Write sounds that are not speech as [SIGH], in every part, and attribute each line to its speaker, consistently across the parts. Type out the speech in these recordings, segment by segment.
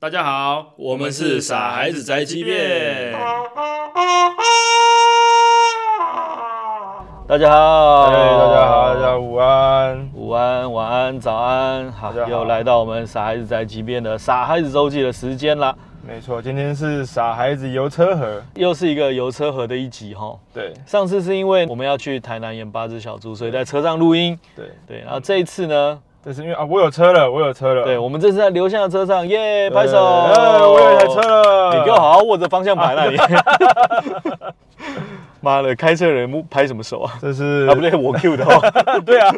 Speaker 1: 大家好，
Speaker 2: 我们是傻孩子宅急便。
Speaker 3: 大家好，
Speaker 4: 哎，大家好，大家午安。
Speaker 3: 午安、晚安、早安，好，
Speaker 4: 大家好
Speaker 3: 又来到我们傻孩子宅急便的傻孩子周记的时间啦，
Speaker 4: 没错，今天是傻孩子游车河。
Speaker 3: 又是一个油车河的一集哈。
Speaker 4: 对
Speaker 3: 上次是因为我们要去台南演八只小猪，所以在车上录音。
Speaker 4: 对，
Speaker 3: 对，然后这一次呢，
Speaker 4: 这是因为啊，我有车了，我有车了。
Speaker 3: 对我们这次在留向的车上，耶，
Speaker 4: 对，
Speaker 3: 拍手！
Speaker 4: 哎我有一台车了。
Speaker 3: [LAUGHS] 你给我好好握着方向盘啊你！ [LAUGHS] 妈的，开车的人拍什么手啊？
Speaker 4: 这是
Speaker 3: 啊，不，对，我 Q 的哦。对啊，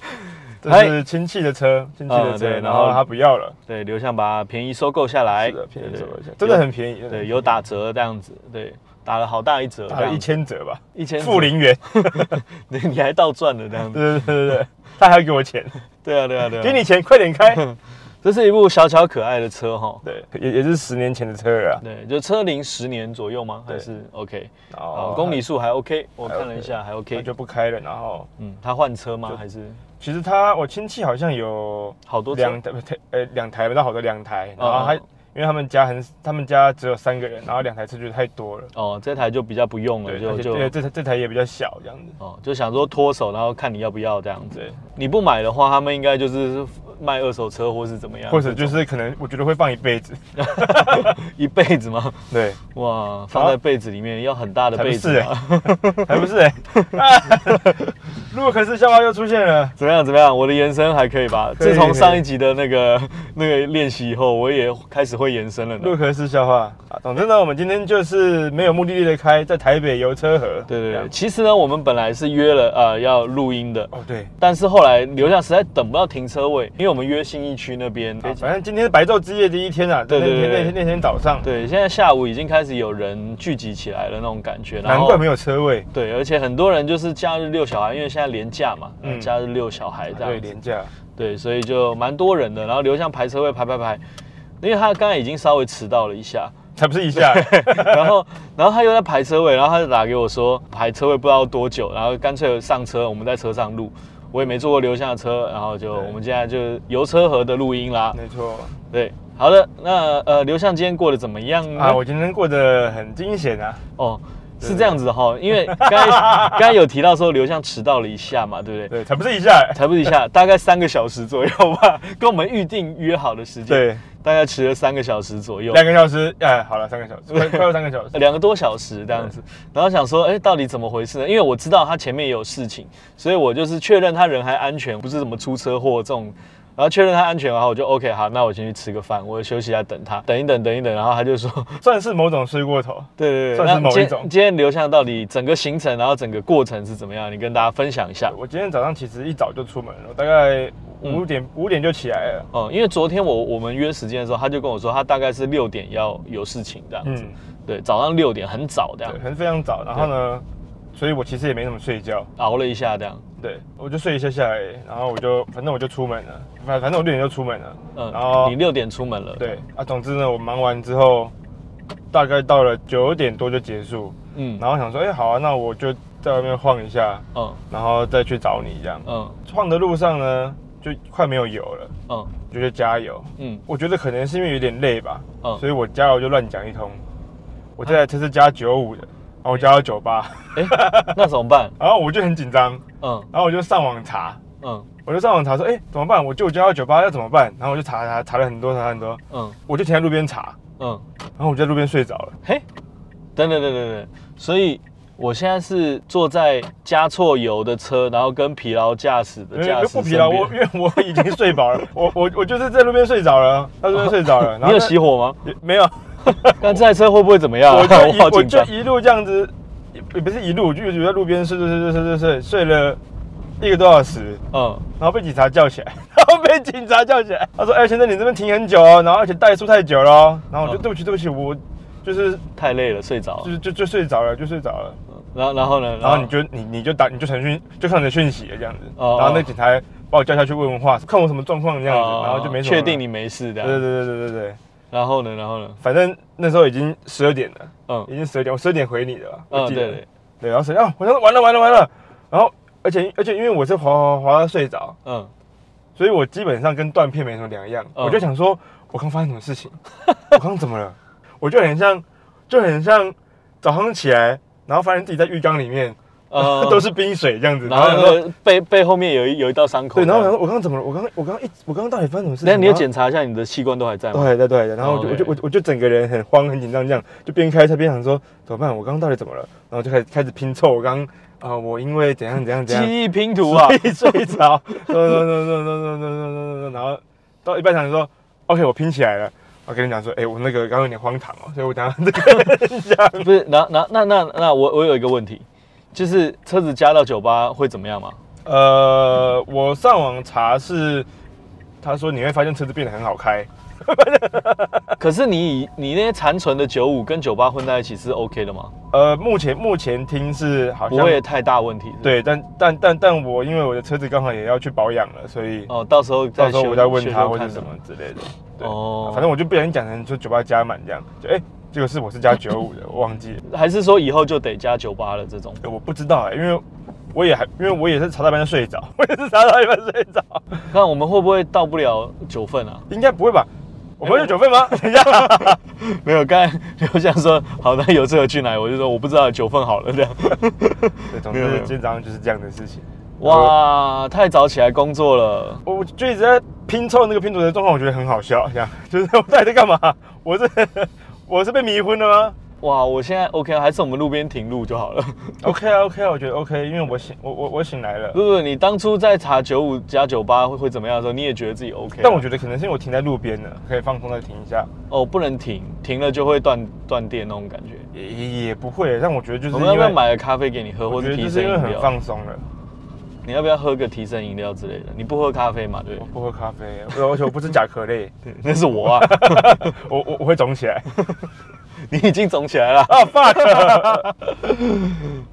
Speaker 4: [LAUGHS] 这是亲戚的车，亲戚
Speaker 3: 啊
Speaker 4: 的车
Speaker 3: 对，
Speaker 4: 然
Speaker 3: 然
Speaker 4: 后
Speaker 3: 后
Speaker 4: 他不要了。
Speaker 3: [LAUGHS] 对，刘向把便宜收购下来，
Speaker 4: 是的，便宜
Speaker 3: 对
Speaker 4: 收
Speaker 3: 对
Speaker 4: 一下
Speaker 3: 有，
Speaker 4: 真的很便宜。真的
Speaker 3: 对，有打折这样子，对，打了好大一折，
Speaker 4: 打
Speaker 3: 这
Speaker 4: 了
Speaker 3: 样
Speaker 4: 一千折吧，
Speaker 3: 一千折
Speaker 4: 负零
Speaker 3: [LAUGHS]
Speaker 4: 元。
Speaker 3: 对，你还倒赚了这样子，
Speaker 4: 对对对对对，他还要给我钱，
Speaker 3: [LAUGHS] 对啊，对啊，对啊，
Speaker 4: 给你，钱，快点开。
Speaker 3: 嗯这是一部小巧可爱的车哈，
Speaker 4: [LAUGHS] 对，也也是十年前的车了啊。
Speaker 3: 对，就车龄十年左右吗？还
Speaker 4: 对
Speaker 3: 是 OK？
Speaker 4: 哦
Speaker 3: 哦，公里数还 OK，我看了一下还
Speaker 4: 他
Speaker 3: OK，
Speaker 4: 就不开了，然后
Speaker 3: 嗯，他换车吗？
Speaker 4: 就
Speaker 3: 还是
Speaker 4: 其实他我亲戚好像有
Speaker 3: 好多
Speaker 4: 两
Speaker 3: 车？
Speaker 4: 台不台呃两台不到好多两台，
Speaker 3: 哦
Speaker 4: 然后他、因为他们家很他们家只有三个人，然后两台车就太多了，
Speaker 3: 哦，这台就比较不用了，
Speaker 4: 对，
Speaker 3: 哦就
Speaker 4: 而且
Speaker 3: 就
Speaker 4: 对这台这台也比较小这样子，
Speaker 3: 哦，就想说脱手，然后看你要不要这样子。
Speaker 4: 对，
Speaker 3: 你不买的话，他们应该就是卖二手车或是怎么样，
Speaker 4: 或者就是可能我觉得会放一辈子，
Speaker 3: 一辈子吗？
Speaker 4: 对，
Speaker 3: 哇，放在被子里面要很大的
Speaker 4: 才不
Speaker 3: 被子
Speaker 4: 啊是
Speaker 3: 啊！
Speaker 4: 欸， [LAUGHS] 还
Speaker 3: [LAUGHS]
Speaker 4: 不是哎、啊陆克斯笑话又出现了，
Speaker 3: 怎么样？怎么样？我的延伸还可以吧？
Speaker 4: 可以
Speaker 3: 自从上一集的那个 [LAUGHS] 那个练习以后，我也开始会延伸了呢。
Speaker 4: 陆克斯笑话啊，总之呢，我们今天就是没有目的地的开，在台北游车河，
Speaker 3: 对对
Speaker 4: 这
Speaker 3: 对，
Speaker 4: 样
Speaker 3: 其实呢，我们本来是约了呃要录音的，
Speaker 4: 哦对。
Speaker 3: 但是后来留下实在等不到停车位，因为我们约信义区那边。
Speaker 4: 啊反正今天是白昼之夜第一天啊，
Speaker 3: 对对对
Speaker 4: 那
Speaker 3: 对
Speaker 4: 天那天那天早上，
Speaker 3: 对，现在下午已经开始有人聚集起来了那种感觉，然
Speaker 4: 难
Speaker 3: 后
Speaker 4: 怪没有车位，
Speaker 3: 对，而且很多人就是假日遛小孩，因为现在连假嘛，呃
Speaker 4: 嗯
Speaker 3: 假日遛小孩这样
Speaker 4: 对，
Speaker 3: 子。
Speaker 4: 廉价，
Speaker 3: 对，所以就蛮多人的。然后刘向排车位排排排，因为他刚才已经稍微迟到了一
Speaker 4: [LAUGHS]
Speaker 3: 下，
Speaker 4: 才不是一下欸，
Speaker 3: 然后然后他又在排车位，然后他就打给我说排车位不知道多久，然后干脆上车，我们在车上录。我也没坐过刘向的车，然后就
Speaker 4: 对
Speaker 3: 我们现在就油车河的录音啦。
Speaker 4: 没错。
Speaker 3: 对，好的，那呃刘向今天过得怎么样呢？
Speaker 4: 啊，我今天过得很惊险啊！
Speaker 3: 哦。是这样子的哈，因为刚
Speaker 4: [LAUGHS]
Speaker 3: 才刚才有提到说刘向迟到了一下嘛，对不对？
Speaker 4: 对，才不是一下，
Speaker 3: 才不是一下，大概三个小时左右吧，跟我们预定约好的时间。
Speaker 4: 对，
Speaker 3: 大概迟了三个小时左右，
Speaker 4: 两个小时，哎，好了，三个小时，快快要三个小时。
Speaker 3: 两个多小时这样子。然后想说，哎、到底怎么回事呢？因为我知道他前面也有事情，所以我就是确认他人还安全，不是什么出车祸这种。然后确认他安全，然后我就 OK 好，那我先去吃个饭，我休息一下等他，等一等，等一等。然后他就说， [LAUGHS]
Speaker 4: 算是某种睡过头。
Speaker 3: 对对对，
Speaker 4: 算是
Speaker 3: 那
Speaker 4: 某一
Speaker 3: 今天
Speaker 4: 种
Speaker 3: 今天刘向到底整个行程，然后整个过程是怎么样？你跟大家分享一下。
Speaker 4: 我今天早上其实一早就出门了，我大概
Speaker 3: 嗯
Speaker 4: 五点五点就起来了。
Speaker 3: 哦、因为昨天我我们约时间的时候，他就跟我说他大概是六点要有事情这样子，
Speaker 4: 嗯，
Speaker 3: 对，早上六点很早这样
Speaker 4: 对，，很非常早。然后呢，所以我其实也没怎么睡觉。
Speaker 3: 熬了一下这样，
Speaker 4: 对，我就睡一下下来，然后我就反正我就出门了，反反正我六点就出门了。
Speaker 3: 嗯，
Speaker 4: 然后
Speaker 3: 你六点出门了，，
Speaker 4: 哦对啊，总之呢，我忙完之后，大概到了九点多就结束。
Speaker 3: 嗯
Speaker 4: 然后想说，哎、好啊，那我就在外面晃一下，
Speaker 3: 嗯
Speaker 4: 然后再去找你这样。
Speaker 3: 嗯
Speaker 4: 晃的路上呢，就快没有油了，
Speaker 3: 嗯
Speaker 4: 我就去加油。
Speaker 3: 嗯
Speaker 4: 我觉得可能是因为有点累吧，
Speaker 3: 嗯
Speaker 4: 所以我加油就乱讲一通。我这台车是加九五的，然后我加到九八，
Speaker 3: 哎、 [LAUGHS] 那怎么办？
Speaker 4: [LAUGHS] 然后我就很紧张，
Speaker 3: 嗯
Speaker 4: 然后我就上网查，
Speaker 3: 嗯
Speaker 4: 我就上网查说，哎、怎么办？我就加到九八要怎么办？然后我就查查查了很多，查了很多，
Speaker 3: 嗯
Speaker 4: 我就停在路边查，
Speaker 3: 嗯，
Speaker 4: 然后我就在路边睡着了。
Speaker 3: 嘿，等等等等等，所以我现在是坐在加错油的车，然后跟疲劳驾驶的
Speaker 4: 因
Speaker 3: 驾
Speaker 4: 为
Speaker 3: 驶
Speaker 4: 哎不疲劳，
Speaker 3: 身
Speaker 4: 我 [LAUGHS]
Speaker 3: 边
Speaker 4: 因为我已经睡饱了，我我我就是在路边睡着了，在路边
Speaker 3: [LAUGHS]
Speaker 4: 睡着了。然
Speaker 3: 你
Speaker 4: 后
Speaker 3: 有
Speaker 4: 在
Speaker 3: 熄火吗？
Speaker 4: 也没有，
Speaker 3: [LAUGHS] 但这台车会不会怎么样啊、 [LAUGHS]
Speaker 4: 我就一
Speaker 3: 好
Speaker 4: 我
Speaker 3: 紧
Speaker 4: 就
Speaker 3: 张。
Speaker 4: 一路这样子，也也不是一路，就一直在路边睡睡睡睡睡睡睡了一个多小时，
Speaker 3: 嗯，
Speaker 4: 然后被警察叫起来， [LAUGHS] 然后被警察叫起来，他说：“哎、先生，你这边停很久哦，然后而且怠速太久了哦。”然后我就、
Speaker 3: 嗯
Speaker 4: 对不起对不起，我就是
Speaker 3: 太累了，睡着了。
Speaker 4: 就就就睡着了，就睡着了。
Speaker 3: 然后然后呢？
Speaker 4: 然后你就你你就打你就传讯就看你的讯息了这样子，
Speaker 3: 哦
Speaker 4: 然后那警察把我叫下去问问话，看我什么状况这样子，
Speaker 3: 哦
Speaker 4: 然后就没什么了
Speaker 3: 确定你没事的
Speaker 4: 对
Speaker 3: 啊。
Speaker 4: 对对对对对，
Speaker 3: 然后呢？然后呢？
Speaker 4: 反正那时候已经十二点了，
Speaker 3: 嗯
Speaker 4: 已经十二点，我十二点回你的吧，我
Speaker 3: 嗯，
Speaker 4: 记
Speaker 3: 对
Speaker 4: 得
Speaker 3: 对，
Speaker 4: 对，然后谁啊？我想说完了完了完了，然后而且而且因为我是滑滑滑滑到睡着，
Speaker 3: 嗯
Speaker 4: 所以我基本上跟断片没什么两样，
Speaker 3: 嗯
Speaker 4: 我就想说我刚发生什么事情？ [LAUGHS] 我刚怎么了？我就很像，就很像早上起来，然后发现自己在浴缸里面， [LAUGHS]
Speaker 3: 呃
Speaker 4: 都是冰水这样子，
Speaker 3: 然后
Speaker 4: 想
Speaker 3: 那
Speaker 4: 说
Speaker 3: 个背背后面有一有一道伤口，
Speaker 4: 对，然后我想说，我刚刚怎么了？我刚我刚一我刚刚到底发生什么事
Speaker 3: 那
Speaker 4: 情？
Speaker 3: 你有
Speaker 4: 然后
Speaker 3: 检查一下你的器官都还在吗？哦
Speaker 4: 对对对，然后我就
Speaker 3: OK
Speaker 4: 我就我就我就整个人很慌很紧张，这样就边开车边想说怎么办？我刚刚到底怎么了？然后就开始开始拼凑我刚啊、呃我因为怎样怎样怎样
Speaker 3: 记忆拼图啊，
Speaker 4: 睡睡着，no no no no no no no no no，然后到一半想说 OK 我拼起来了，我跟你讲说，哎我那个刚刚有点荒唐哦，所以我等下 [LAUGHS] 这个
Speaker 3: 不是？那那那那那我我有一个问题，就是车子加到酒吧会怎么样吗？
Speaker 4: 呃我上网查是他说你会发现车子变得很好开，
Speaker 3: 可是你以你那些残存的九五跟酒吧混在一起是 OK 的吗？
Speaker 4: 呃目前目前听是好
Speaker 3: 不
Speaker 4: 像
Speaker 3: 会太大问题。是吧，
Speaker 4: 对，但但但但我因为我的车子刚好也要去保养了，所以
Speaker 3: 哦，到时候
Speaker 4: 到
Speaker 3: 再
Speaker 4: 时候
Speaker 3: 修
Speaker 4: 我再问
Speaker 3: 修
Speaker 4: 他
Speaker 3: 修
Speaker 4: 或者
Speaker 3: 看
Speaker 4: 什
Speaker 3: 看
Speaker 4: 么之类的。对，
Speaker 3: 哦，
Speaker 4: 反正我就不小心讲成说酒吧加满这样，就哎、这个是我是加九五的，我忘记了，
Speaker 3: 还是说以后就得加酒吧了这种。
Speaker 4: 哎我不知道哎、因为我也还因为我也是查到一半就睡着，我也是查到一半睡着，
Speaker 3: 那我们会不会到不了九份啊？ [LAUGHS]
Speaker 4: 应该不会吧？我们有九份吗？ [LAUGHS] 啊等一下，
Speaker 3: 没有，刚才 [LAUGHS] 刘翔说好，那有这个去哪里？我就说我不知道，九份好了这样。
Speaker 4: 对，总
Speaker 3: 没有没有
Speaker 4: 之今天早上就是这样的事情。
Speaker 3: 哇，太早起来工作了。
Speaker 4: 我我就一直在拼凑那个拼图的状况，我觉得很好笑，这样 [LAUGHS] 就是我到底在干嘛？我是我是被迷昏了吗？
Speaker 3: 哇，我现在 OK，还是我们路边停路就好了。 [LAUGHS]
Speaker 4: OK 啊，OK 啊，我觉得 OK，因为我醒，我我我醒来了
Speaker 3: 不。不，你当初在查九五加九八会会怎么样的时候，你也觉得自己 OK，啊
Speaker 4: 但我觉得可能是因为我停在路边了，可以放松的停一下，
Speaker 3: 哦不能停，停了就会断断电那种感觉。
Speaker 4: 也也也不会。但我觉得就是
Speaker 3: 我
Speaker 4: 因
Speaker 3: 们要不要
Speaker 4: 为，
Speaker 3: 买个咖啡给你喝，或
Speaker 4: 我觉
Speaker 3: 者
Speaker 4: 得
Speaker 3: 提
Speaker 4: 就
Speaker 3: 神
Speaker 4: 是因为
Speaker 3: 饮
Speaker 4: 很
Speaker 3: 料？
Speaker 4: 放松了。
Speaker 3: 你要不要喝个提神饮料之类的？你不喝咖啡嘛？对
Speaker 4: 我，不喝咖啡，我而且我不吃甲壳类，
Speaker 3: [LAUGHS] 那是我啊，
Speaker 4: 我我我会肿起来。
Speaker 3: 你已经肿起来了。
Speaker 4: [LAUGHS] 啊 fuck！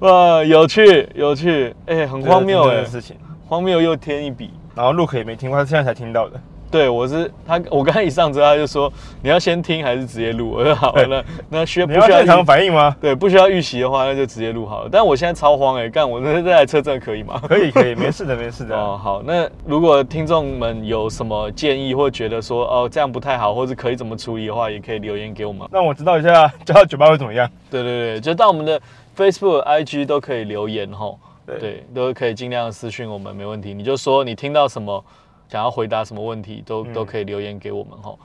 Speaker 3: [LAUGHS] 哇，有趣有趣，哎、很 [LAUGHS] 荒谬哎、
Speaker 4: 的事情。
Speaker 3: 荒谬又添一笔。
Speaker 4: 然后 Luke 也没听过，他现在才听到的。
Speaker 3: 对，我是他，我刚才一上车他就说你要先听还是直接录，我说
Speaker 4: [LAUGHS]
Speaker 3: 好了，那需要
Speaker 4: 你
Speaker 3: 不
Speaker 4: 要
Speaker 3: 需要
Speaker 4: 现场
Speaker 3: 预
Speaker 4: 反应吗？
Speaker 3: 对不需要预习的话，那就直接录好了。但我现在超慌哎、干我这这台车真的可以
Speaker 4: [LAUGHS]
Speaker 3: 吗？
Speaker 4: 可以可以，没事的没事
Speaker 3: [LAUGHS]
Speaker 4: 的。
Speaker 3: 哦，好，那如果听众们有什么建议或觉得说哦这样不太好，或者可以怎么处理的话，也可以留言给我们。
Speaker 4: 让我知道一下，加到酒吧会怎么样？
Speaker 3: 对对对，就到我们的 Facebook、IG 都可以留言吼，
Speaker 4: 对
Speaker 3: 对，都可以尽量私讯我们，没问题。你就说你听到什么，想要回答什么问题，都、都可以留言给我们吼。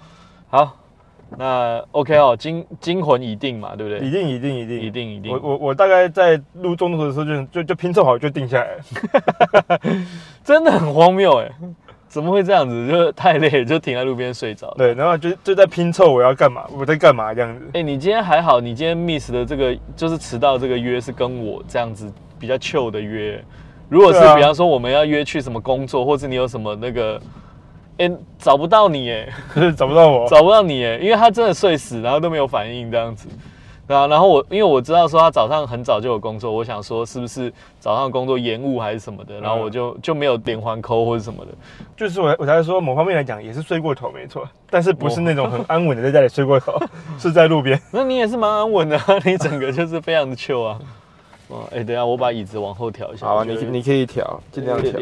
Speaker 3: 好，那 OK 哦，惊惊魂已定嘛，对不
Speaker 4: 一
Speaker 3: 对？
Speaker 4: 定一定一定
Speaker 3: 一定一定
Speaker 4: 我我我大概在录中途的时候就就就拼凑好就定下来
Speaker 3: [LAUGHS]
Speaker 4: 了。
Speaker 3: 真的很荒谬哎、怎么会这样子？就太累了，就停在路边睡着。
Speaker 4: 对，然后就就在拼凑我要干嘛，我在干嘛这
Speaker 3: [LAUGHS]
Speaker 4: 样子。
Speaker 3: 哎、你今天还好？你今天 miss 的这个就是迟到这个约是跟我这样子比较 chill 的约。如果是
Speaker 4: 对啊
Speaker 3: 比方说我们要约去什么工作，或是你有什么那个，哎、找不到你哎，
Speaker 4: 可是找不到
Speaker 3: [LAUGHS]
Speaker 4: 我。
Speaker 3: 找不到你哎，因为他真的睡死，然后都没有反应这样子。对啊，然后我因为我知道说他早上很早就有工作，我想说是不是早上工作延误还是什么的，然
Speaker 4: 嗯
Speaker 3: 后我就就没有连环扣或者什么的。
Speaker 4: 就是我我才说某方面来讲也是睡过头没错，但是不是那种很安稳的在家里睡过头，
Speaker 3: 哦
Speaker 4: [LAUGHS] 是在路边。
Speaker 3: 那你也是蛮安稳的、啊， [LAUGHS] 你整个就是非常的 chill 啊。哦，哎、等一下我把椅子往后调一下。
Speaker 4: 啊
Speaker 3: 我觉得
Speaker 4: 可以调，尽
Speaker 3: 有点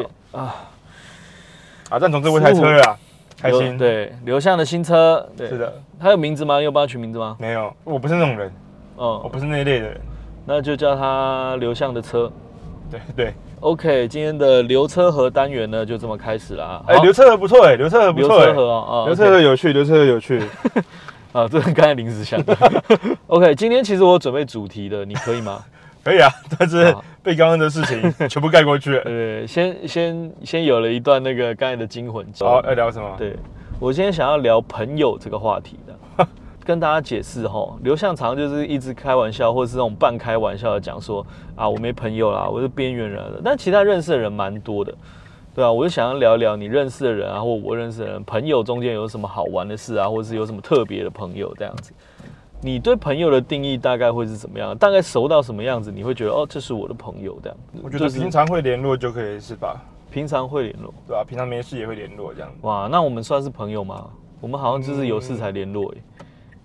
Speaker 4: 啊，但总之我有台车了啦，开
Speaker 3: 刘
Speaker 4: 心。，
Speaker 3: 对，刘向的新车，对，
Speaker 4: 是，的，
Speaker 3: 他有名字吗？你有帮他取名字吗？
Speaker 4: 没有，我不是那种人，我
Speaker 3: 哦，
Speaker 4: 不是那一类的人。
Speaker 3: 那就叫他刘向的车。
Speaker 4: 对对，
Speaker 3: OK，今天的刘车盒单元呢，就这么开始了啊。
Speaker 4: 哎，
Speaker 3: 好
Speaker 4: 刘车河不错哎，刘车河不
Speaker 3: 刘
Speaker 4: 错
Speaker 3: 车
Speaker 4: 哎，
Speaker 3: 盒啊，
Speaker 4: 刘车河有趣，刘车河有趣。
Speaker 3: [LAUGHS] 盒啊，这是刚才临时想的。OK，今天其实我准备主题的，你可以吗？
Speaker 4: 可以啊，但是
Speaker 3: 好
Speaker 4: 被刚刚的事
Speaker 3: [LAUGHS]
Speaker 4: 情全部盖过去了。
Speaker 3: 对，先先先有了一段那个刚才的惊魂之后
Speaker 4: 好，啊要聊什么？
Speaker 3: 对我今天想要聊朋友这个话题的， [LAUGHS] 跟大家解释哈，刘向常就是一直开玩笑，或者是那种半开玩笑的讲说啊，我没朋友啦，我是边缘人了。但其他认识的人蛮多的，对啊，我就想要聊聊你认识的人啊，或我认识的人，朋友中间有什么好玩的事啊，或者是有什么特别的朋友这样子。你对朋友的定义大概会是怎么样？大概熟到什么样子，你会觉得哦，这是我的朋友这样？
Speaker 4: 我觉
Speaker 3: 就
Speaker 4: 得
Speaker 3: 是
Speaker 4: 平常会联络就可以是吧？
Speaker 3: 平常会联络。
Speaker 4: 对吧？平常没事也会联络这样，
Speaker 3: 哇，那我们算是朋友吗？我们好像就是有事才联络、欸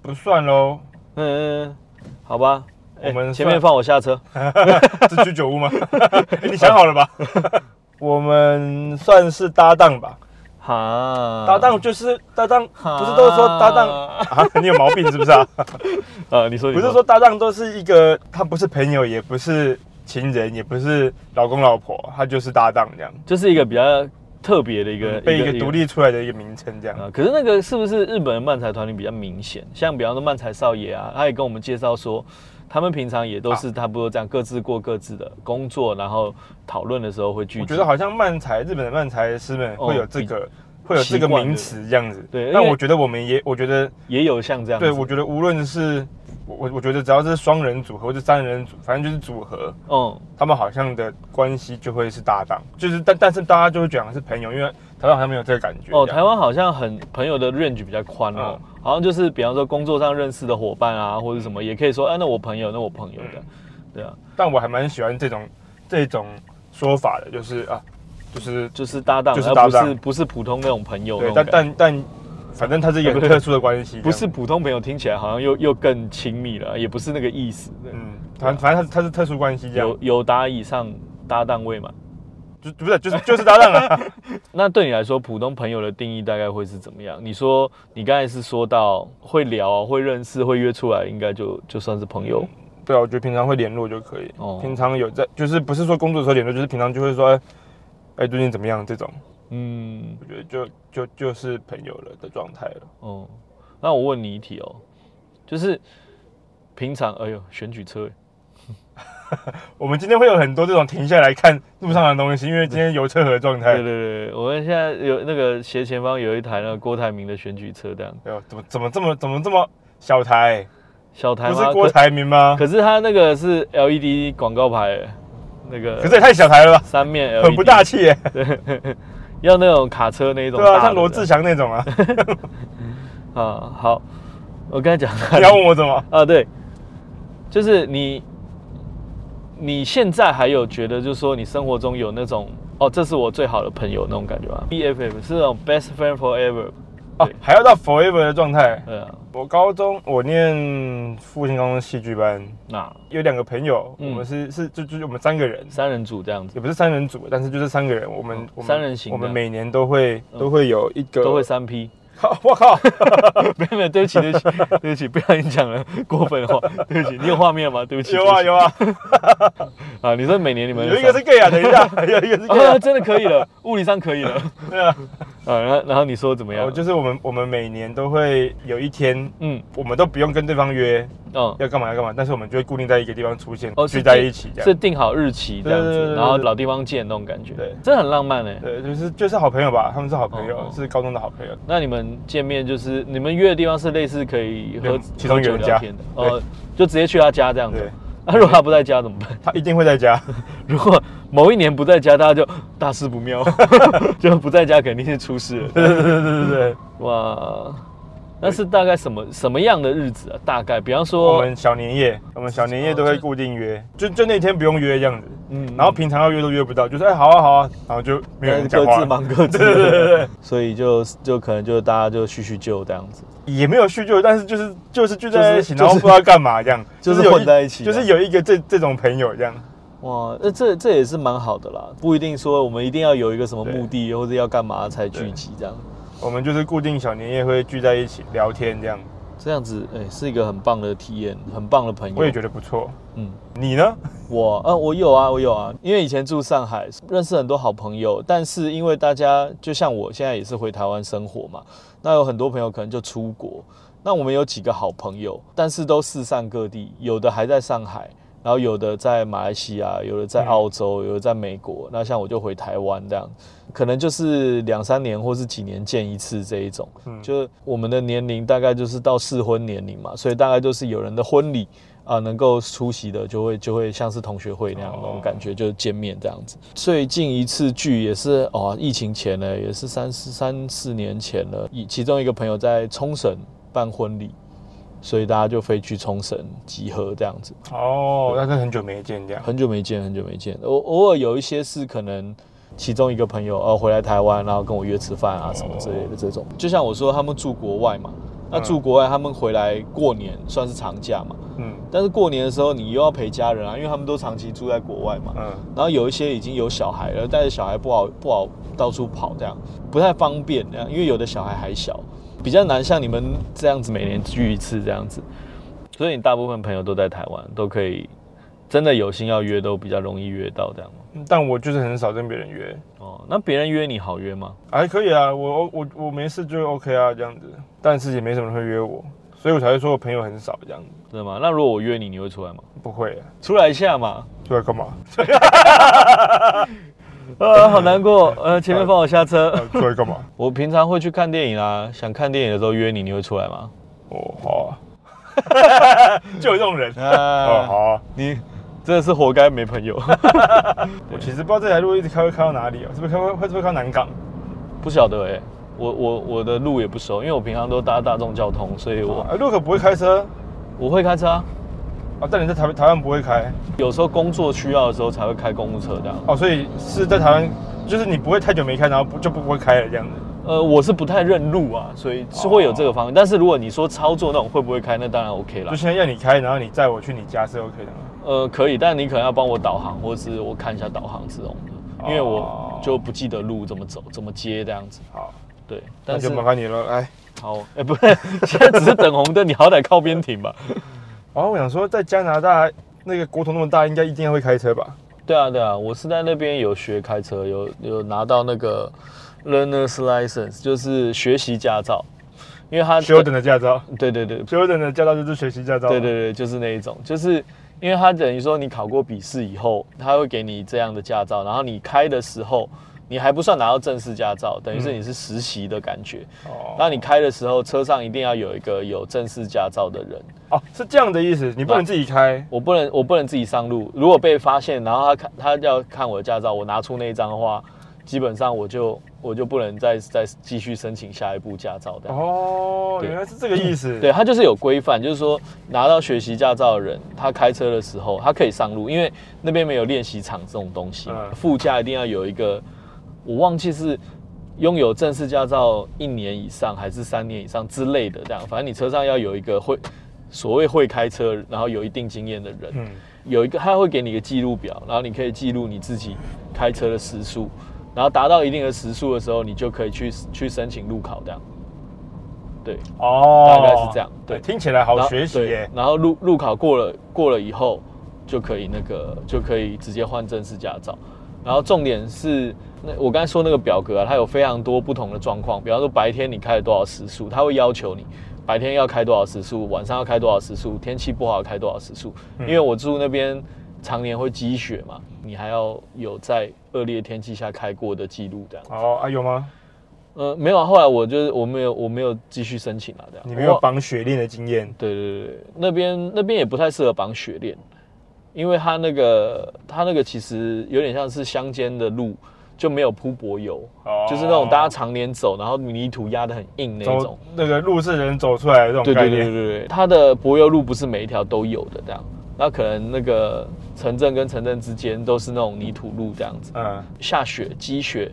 Speaker 4: 不算喽。
Speaker 3: 嗯，好吧，
Speaker 4: 我
Speaker 3: 欸
Speaker 4: 们算
Speaker 3: 前面放我下车。
Speaker 4: 是居
Speaker 3: [LAUGHS]
Speaker 4: 酒哎屋吗？你想好了吧？我们算是搭档吧，
Speaker 3: 哈
Speaker 4: 搭档就是搭档，不是都是说搭档 [LAUGHS]
Speaker 3: 啊？
Speaker 4: 啊？你有毛病是不是啊？
Speaker 3: 呃，你说你
Speaker 4: 不是说搭档都是一个，他不是朋友，也不是情人，也不是老公老婆，他就是搭档这样，
Speaker 3: 就是一个比较特别的一个
Speaker 4: 嗯被一个独立出来的一个名称这样。
Speaker 3: 啊，可是那个是不是日本的漫才团体比较明显？像比方说漫才少爷啊，他也跟我们介绍说，他们平常也都是差不多这样各自过各自的工作，然后讨论的时候会聚集。
Speaker 4: 我觉得好像漫才，日本的漫才师们
Speaker 3: 哦
Speaker 4: 会有这个，会有这
Speaker 3: 习
Speaker 4: 个
Speaker 3: 惯的
Speaker 4: 名词这样子。
Speaker 3: 对
Speaker 4: 那
Speaker 3: 因为
Speaker 4: 我觉得我们也，我觉得，
Speaker 3: 也有像这样子。
Speaker 4: 对我觉得无论是我我我觉得只要是双人组合或者三人组，反正就是组合，
Speaker 3: 嗯，
Speaker 4: 他们好像的关系就会是搭档，就是但但是大家就会讲是朋友，因为台湾好像没有这个感觉。
Speaker 3: 哦，
Speaker 4: 这
Speaker 3: 台
Speaker 4: 样
Speaker 3: 湾好像很朋友的 range 比较宽哦，好像就是比方说工作上认识的伙伴啊，或者什么，也可以说，啊，那我朋友，那我朋友的，对啊，
Speaker 4: 但我还蛮喜欢这种这种说法的，就是啊，就是
Speaker 3: 就是搭档，
Speaker 4: 就是
Speaker 3: 而
Speaker 4: 搭
Speaker 3: 不是
Speaker 4: 档
Speaker 3: 不是普通那种朋友那
Speaker 4: 对，
Speaker 3: 种
Speaker 4: 但
Speaker 3: 感觉
Speaker 4: 但但反正它是有个特殊的关系，
Speaker 3: 不是普通朋友，听起来好像又又更亲密了，也不是那个意思。对
Speaker 4: 这样，嗯，反反正它它是特殊关系这样
Speaker 3: 有，有达以上搭档位嘛？
Speaker 4: 就不是就是就是搭档啊，
Speaker 3: 那对你来说，普通朋友的定义大概会是怎么样？你说你刚才是说到会聊、啊会认识、会约出来，应该就就算是朋友
Speaker 4: [LAUGHS] 对啊，我觉得平常会联络就可以，
Speaker 3: 哦
Speaker 4: 平常有在就是不是说工作的时候联络，就是平常就会说，哎、哎最近怎么样这种，
Speaker 3: 嗯，
Speaker 4: 我觉得就就就是朋友了的状态了。
Speaker 3: 哦，那我问你一题哦，就是平常，哎呦，选举车，
Speaker 4: 我们今天会有很多这种停下来看路上的东西，因为今天油车和状态
Speaker 3: 对对，对，对我们现在有那个斜前方有一台那个郭台铭的选举车，这样
Speaker 4: 哎呦，怎么怎么这么怎么这么小台？
Speaker 3: 小台啊
Speaker 4: 不
Speaker 3: 吗？
Speaker 4: 是郭台铭吗
Speaker 3: 可，？可是它那个是 LED 广告牌，那个
Speaker 4: 可是也太小台了吧，
Speaker 3: 三面 LED，
Speaker 4: 很不大气耶。
Speaker 3: 对，要那种卡车那一种
Speaker 4: 对
Speaker 3: 大的这
Speaker 4: 啊，
Speaker 3: 样，
Speaker 4: 像罗志祥那种啊，
Speaker 3: 啊，好，我刚才讲到
Speaker 4: 你要问我怎么？
Speaker 3: 啊，对，就是你，你现在还有觉得，就是说你生活中有那种哦，这是我最好的朋友那种感觉吗？BFF 是那种 best friend forever，
Speaker 4: 哦
Speaker 3: 对，
Speaker 4: 还要到 forever 的状态。
Speaker 3: 对啊，
Speaker 4: 我高中我念复兴高中戏剧班，
Speaker 3: 那
Speaker 4: 有两个朋友，
Speaker 3: 嗯
Speaker 4: 我们是是就就我们三个人，
Speaker 3: 三人组这样子
Speaker 4: 也不是三人组，但是就是三个人，我们
Speaker 3: 嗯
Speaker 4: 我们
Speaker 3: 三人行的嗯
Speaker 4: 我们每年都会都会有一个
Speaker 3: 都会，三 P，
Speaker 4: 我
Speaker 3: [LAUGHS]
Speaker 4: 靠，
Speaker 3: 没有没有，对不起对不起对不起，不小心讲了过分的话，对不起，你有画面吗？对不起，
Speaker 4: 有啊
Speaker 3: 对
Speaker 4: 有啊，
Speaker 3: 不起啊，你说每年你们
Speaker 4: 有一个是 gay 啊，等一下，有一个是 gay
Speaker 3: 啊，
Speaker 4: 啊
Speaker 3: 真的可以了，物理上可以了啊，
Speaker 4: [LAUGHS] 对啊，
Speaker 3: 然后然后你说怎么
Speaker 4: 然
Speaker 3: 样
Speaker 4: 后？哦就是我们我们每年都会有一天，
Speaker 3: 嗯
Speaker 4: 我们都不用跟对方约
Speaker 3: 嗯，
Speaker 4: 要干嘛要干嘛，但是我们就会固定在一个地方出现，
Speaker 3: 哦，
Speaker 4: 聚
Speaker 3: 是
Speaker 4: 在
Speaker 3: 定
Speaker 4: 一起这
Speaker 3: 是
Speaker 4: 样，
Speaker 3: 定好日期这样
Speaker 4: 对对对
Speaker 3: 子，
Speaker 4: 对
Speaker 3: 然后
Speaker 4: 对
Speaker 3: 老地方见那种感觉，
Speaker 4: 对
Speaker 3: 这很浪漫哎。
Speaker 4: 对，就是就是好朋友吧，他们是好朋
Speaker 3: 哦
Speaker 4: 友
Speaker 3: 哦，
Speaker 4: 是高中的好朋友，
Speaker 3: 那你们见面就是你们约的地方是类似可以喝
Speaker 4: 对其中
Speaker 3: 喝酒
Speaker 4: 有
Speaker 3: 聊
Speaker 4: 人家
Speaker 3: 天的，
Speaker 4: 对
Speaker 3: 哦，就直接去他家这样子
Speaker 4: 对。
Speaker 3: 那如果他不在家怎么办？ [LAUGHS]
Speaker 4: 他一定会在家。 [LAUGHS]
Speaker 3: 如果某一年不在家，大家就大事不
Speaker 4: [LAUGHS]
Speaker 3: 妙，就不在家肯定是出事了。
Speaker 4: 对对对对对对，
Speaker 3: 哇，那是大概什么什么样的日子啊？大概，比方
Speaker 4: 我
Speaker 3: 说，
Speaker 4: 们小年夜，我们小年夜都会固定约，就就那天不用约这样子，
Speaker 3: 哦嗯
Speaker 4: 然后平常要约都约不到，就是哎好啊好啊，然后就没有
Speaker 3: 呃
Speaker 4: 人
Speaker 3: 各
Speaker 4: 讲话
Speaker 3: 自，忙各自，
Speaker 4: 对对对对
Speaker 3: 所以就就可能就大家就叙叙旧这样子。
Speaker 4: 也没有叙旧，但是就是就是聚在一起，
Speaker 3: 就是
Speaker 4: 然后不知道干嘛这样，
Speaker 3: 就是
Speaker 4: 有
Speaker 3: 混在一起
Speaker 4: 就是有一个这这种朋友这样，
Speaker 3: 哇，那这这也是蛮好的啦，不一定说我们一定要有一个什么目的或者要干嘛才聚集这样，
Speaker 4: 我们就是固定小年夜会聚在一起聊天这样，
Speaker 3: 这样子哎、是一个很棒的体验，很棒的朋友。
Speaker 4: 我也觉得不错。
Speaker 3: 嗯，
Speaker 4: 你呢？
Speaker 3: 我呃我有啊我有啊，因为以前住上海，认识很多好朋友，但是因为大家就像我现在也是回台湾生活嘛，那有很多朋友可能就出国，那我们有几个好朋友，但是都四散各地，有的还在上海。然后有的在马来西亚，有的在澳洲，有的在美国。那像我就回台湾这样，可能就是两三年或是几年见一次这一种。
Speaker 4: 嗯
Speaker 3: 就是我们的年龄大概就是到适婚年龄嘛，所以大概就是有人的婚礼啊、能够出席的就会就会像是同学会那样
Speaker 4: 哦
Speaker 3: 那种感觉，就是见面这样子。最近一次聚也是哦，疫情前呢，也是三四三四年前了。以其中一个朋友在冲绳办婚礼，所以大家就飞去冲绳集合这样子。
Speaker 4: 哦，但是很久没见这样。
Speaker 3: 很久没见，很久没见。偶偶尔有一些是可能其中一个朋友呃回来台湾，然后跟我约吃饭啊什么之类的这种。就像我说，他们住国外嘛，那
Speaker 4: 嗯
Speaker 3: 住国外他们回来过年算是长假嘛，
Speaker 4: 嗯，
Speaker 3: 但是过年的时候你又要陪家人啊，因为他们都长期住在国外嘛。
Speaker 4: 嗯，
Speaker 3: 然后有一些已经有小孩了，带着小孩不好不好到处跑，这样不太方便，这样因为有的小孩还小，比较难像你们这样子每年聚一次这样子，所以你大部分朋友都在台湾，都可以真的有心要约都比较容易约到这样吗
Speaker 4: 但我就是很少跟别人约，
Speaker 3: 哦，那别人约你好约吗？
Speaker 4: 还可以啊，我我我没事就 OK 啊这样子，但是也没什么人会约我，所以我才会说我朋友很少这样子，
Speaker 3: 真的吗？那如果我约你，你会出来吗？
Speaker 4: 不会、啊，
Speaker 3: 出来一下嘛。 [LAUGHS]
Speaker 4: 出来干嘛？
Speaker 3: 啊，好难过。呃，前面放我下车。 [LAUGHS]
Speaker 4: 呃出来干嘛？ [LAUGHS]
Speaker 3: 我平常会去看电影啊，想看电影的时候约你，你会出来吗？
Speaker 4: 哦，好啊， [LAUGHS] 就有这种人，哦，好
Speaker 3: [LAUGHS] 啊，
Speaker 4: 啊。
Speaker 3: 你真的是活该没朋友。
Speaker 4: 我其实不知道这条路一直开会开到哪里啊，是不是开会会不会开到南港？
Speaker 3: 不晓得哎、我我我的路也不熟，因为我平常都搭大众交通，所以我
Speaker 4: 啊，陆可不会开车
Speaker 3: 我会开车啊。
Speaker 4: 啊，但你在台台湾不会开
Speaker 3: 有时候工作需要的时候才会开公务车这样。
Speaker 4: 哦，所以是在台湾，就是你不会太久没开，然后不就不会开了这样子。
Speaker 3: 呃，我是不太认路啊，所以是
Speaker 4: 哦
Speaker 3: 会有这个方面。但是如果你说操作那种会不会开，那当然 OK 啦
Speaker 4: 就。现在要你开，然后你载我去你家是 OK 的吗？
Speaker 3: 呃，可以，但你可能要帮我导航，或是我看一下导航这种的，因为我
Speaker 4: 哦
Speaker 3: 就不记得路怎么走、怎么接这样子。
Speaker 4: 好，
Speaker 3: 对，
Speaker 4: 那
Speaker 3: 但是
Speaker 4: 就麻烦你了。哎，
Speaker 3: 好，哎、不是， [LAUGHS] 现在只是等红灯，你好歹靠边停吧。
Speaker 4: 哦，我想说，在加拿大那个国土那么大，应该一定要会开车吧？
Speaker 3: 对啊，对啊，我是在那边有学开车，有有拿到那个 learner's license，就是学习驾照，因为他
Speaker 4: 修等的驾照，
Speaker 3: 对对对
Speaker 4: 修等的驾照就是学习驾照。
Speaker 3: 啊对对，对，就是那一种，就是因为他等于说你考过笔试以后，他会给你这样的驾照，然后你开的时候，你还不算拿到正式驾照，等于是你是实习的感觉。那
Speaker 4: 哦，
Speaker 3: 你开的时候，车上一定要有一个有正式驾照的人，
Speaker 4: 哦，是这样的意思，你不能自己开。
Speaker 3: 我不能我不能自己上路，如果被发现，然后他看他要看我的驾照，我拿出那一张的话，基本上我就我就不能再再继续申请下一部驾照的。
Speaker 4: 哦，
Speaker 3: 对
Speaker 4: 原来是这个意思。
Speaker 3: 对，啊他就是有规范，就是说拿到学习驾照的人，他开车的时候他可以上路，因为那边没有练习场这种东西，
Speaker 4: 嗯
Speaker 3: 副驾一定要有一个，我忘记是拥有正式驾照一年以上还是三年以上之类的，这样，反正你车上要有一个会所谓会开车，然后有一定经验的人，
Speaker 4: 嗯，
Speaker 3: 有一个他会给你一个记录表，然后你可以记录你自己开车的时速，然后达到一定的时速的时候，你就可以去去申请路考这样。对，
Speaker 4: 哦，
Speaker 3: 大概是这样对
Speaker 4: 听起来好
Speaker 3: 然后
Speaker 4: 学习
Speaker 3: 对
Speaker 4: 耶。
Speaker 3: 然后路路考过了过了以后，就可以那个就可以直接换正式驾照。然后重点是，那我刚才说那个表格啊，它有非常多不同的状况，比方说白天你开了多少时速，它会要求你白天要开多少时速，晚上要开多少时速，天气不好要开多少时速。
Speaker 4: 嗯
Speaker 3: 因为我住那边常年会积雪嘛，你还要有在恶劣天气下开过的记录这样。
Speaker 4: 哦啊，有吗？
Speaker 3: 呃，没有啊，后来我就是我没有我没有继续申请了这样。
Speaker 4: 你没有
Speaker 3: 我
Speaker 4: 绑雪链的经验
Speaker 3: 对对对，那边那边也不太适合绑雪链，因为它那个它那个其实有点像是乡间的路，就没有铺柏油，
Speaker 4: 哦
Speaker 3: 就是那种大家常年走，然后泥土压得很硬那种
Speaker 4: 走。那个路是人走出来的这种
Speaker 3: 对
Speaker 4: 概
Speaker 3: 对对对
Speaker 4: 念。
Speaker 3: 对，对它的柏油路不是每一条都有的这样，那可能那个城镇跟城镇之间都是那种泥土路这样子。
Speaker 4: 嗯，
Speaker 3: 下雪积雪，